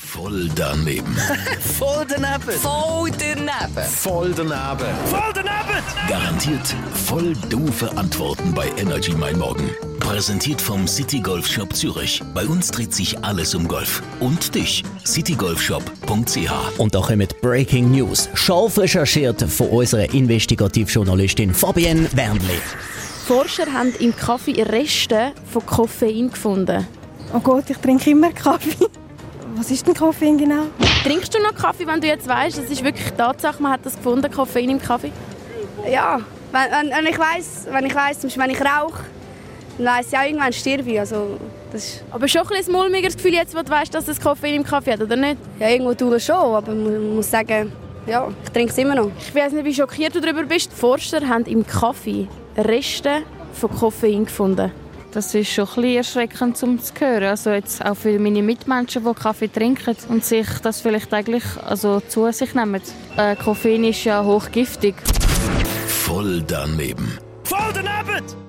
Voll daneben. Voll daneben. Voll daneben. Voll daneben. Voll daneben! Garantiert voll doofe Antworten bei Energy Mein Morgen. Präsentiert vom City Golf Shop Zürich. Bei uns dreht sich alles um Golf. Und dich, citygolfshop.ch. Und da kommt Breaking News. Scharf recherchiert von unserer Investigativjournalistin Fabienne Wernli. Forscher haben im Kaffee Reste von Koffein gefunden. Oh Gott, ich trinke immer Kaffee. Was ist denn Koffein genau? Trinkst du noch Kaffee, wenn du jetzt weißt, es ist wirklich Tatsache, man hat das gefunden, Koffein im Kaffee? Ja, wenn, wenn, wenn ich weiß, wenn ich weiß, zum Beispiel wenn ich rauche, dann weiß ich auch irgendwann sterbe ich. Also das ist Aber schon ein bisschen ein mulmiges Gefühl jetzt, wo du weißt, dass es Koffein im Kaffee hat, oder nicht? ja irgendwo tun schon, aber man muss sagen, ja, ich trinke es immer noch. Ich weiß nicht, wie schockiert du darüber bist. Die Forscher haben im Kaffee Reste von Koffein gefunden. Das ist schon ein bisschen erschreckend, um zu hören. Also jetzt auch für meine Mitmenschen, die Kaffee trinken und sich das vielleicht täglich also zu sich nehmen. Äh, Koffein ist ja hochgiftig. Voll daneben. Voll daneben!